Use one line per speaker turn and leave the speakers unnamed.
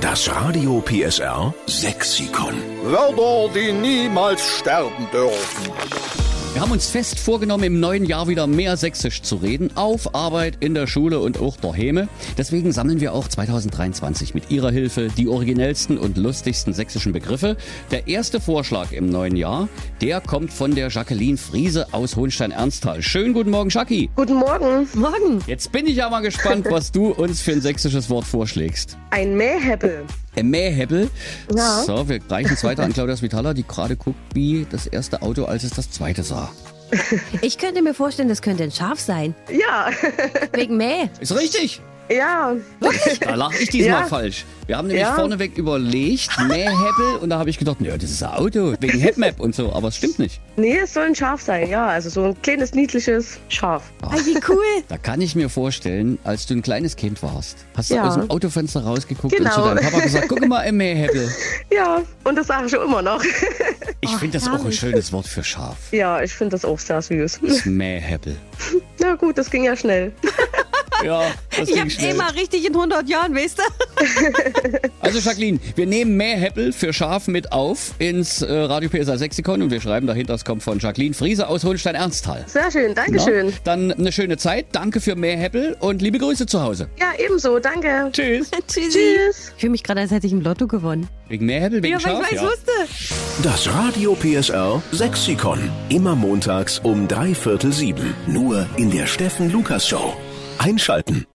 Das Radio PSR Sexikon.
Wörter, die niemals sterben dürfen.
Wir haben uns fest vorgenommen, im neuen Jahr wieder mehr Sächsisch zu reden, auf Arbeit, in der Schule und auch daheim. Deswegen sammeln wir auch 2023 mit Ihrer Hilfe die originellsten und lustigsten sächsischen Begriffe. Der erste Vorschlag im neuen Jahr, der kommt von der Jacqueline Friese aus Hohenstein-Ernsthal. Schönen guten Morgen, Jackie.
Guten Morgen.
Morgen.
Jetzt bin ich ja mal gespannt, was du uns für ein sächsisches Wort vorschlägst.
Ein Mähheppel.
Äh, Mähheppel.
Ja.
So, wir reichen es weiter an Claudia Svitala, die gerade guckt, wie das erste Auto, als es das zweite sah.
Ich könnte mir vorstellen, das könnte ein Schaf sein.
Ja.
Wegen Mäh.
Ist richtig!
ja.
Da lache ich diesmal
Ja.
falsch. Wir haben nämlich
Ja.
vorneweg überlegt, Mähheppel, und da habe ich gedacht, naja, das ist ein Auto, wegen Headmap und so, aber es stimmt nicht.
Nee, es soll ein Schaf sein. Ja, also so ein kleines, niedliches Schaf.
Ah, wie cool.
Da kann ich mir vorstellen, als du ein kleines Kind warst, hast du
Ja.
aus dem Autofenster rausgeguckt und
Genau.
zu deinem Papa gesagt, guck mal, ein Mähheppel.
Ja, und das sage ich immer noch.
Ich
Oh,
Ach,
finde das auch ein
herrlich.
schönes Wort für Schaf.
ja, ich finde das auch sehr süß.
Das Mähheppel.
Na gut, das ging ja schnell.
Ja, das
Ich
ging
hab's eh
schnell.
mal richtig in 100 Jahren, weißt du?
Also Jacqueline, wir nehmen Mähheppel für Schaf mit auf ins äh, Radio PSA Sexikon und wir schreiben dahinter, es kommt von Jacqueline Friese aus Hohenstein-Ernsthal.
Sehr schön,
Na?
Dankeschön.
Dann eine schöne Zeit. Danke für mehr Heppel und liebe Grüße zu Hause.
Ja, ebenso, danke.
Tschüss.
Tschüssi.
Tschüss.
Ich fühle mich gerade, als hätte ich im Lotto gewonnen.
Wegen mehr Heppel, wegen
Ja, weil
Schaf,
ich
ja.
es wusste.
Das Radio PSR Sexikon. Immer montags um drei Viertel sieben. Nur in der Steffen Lukas Show. Einschalten.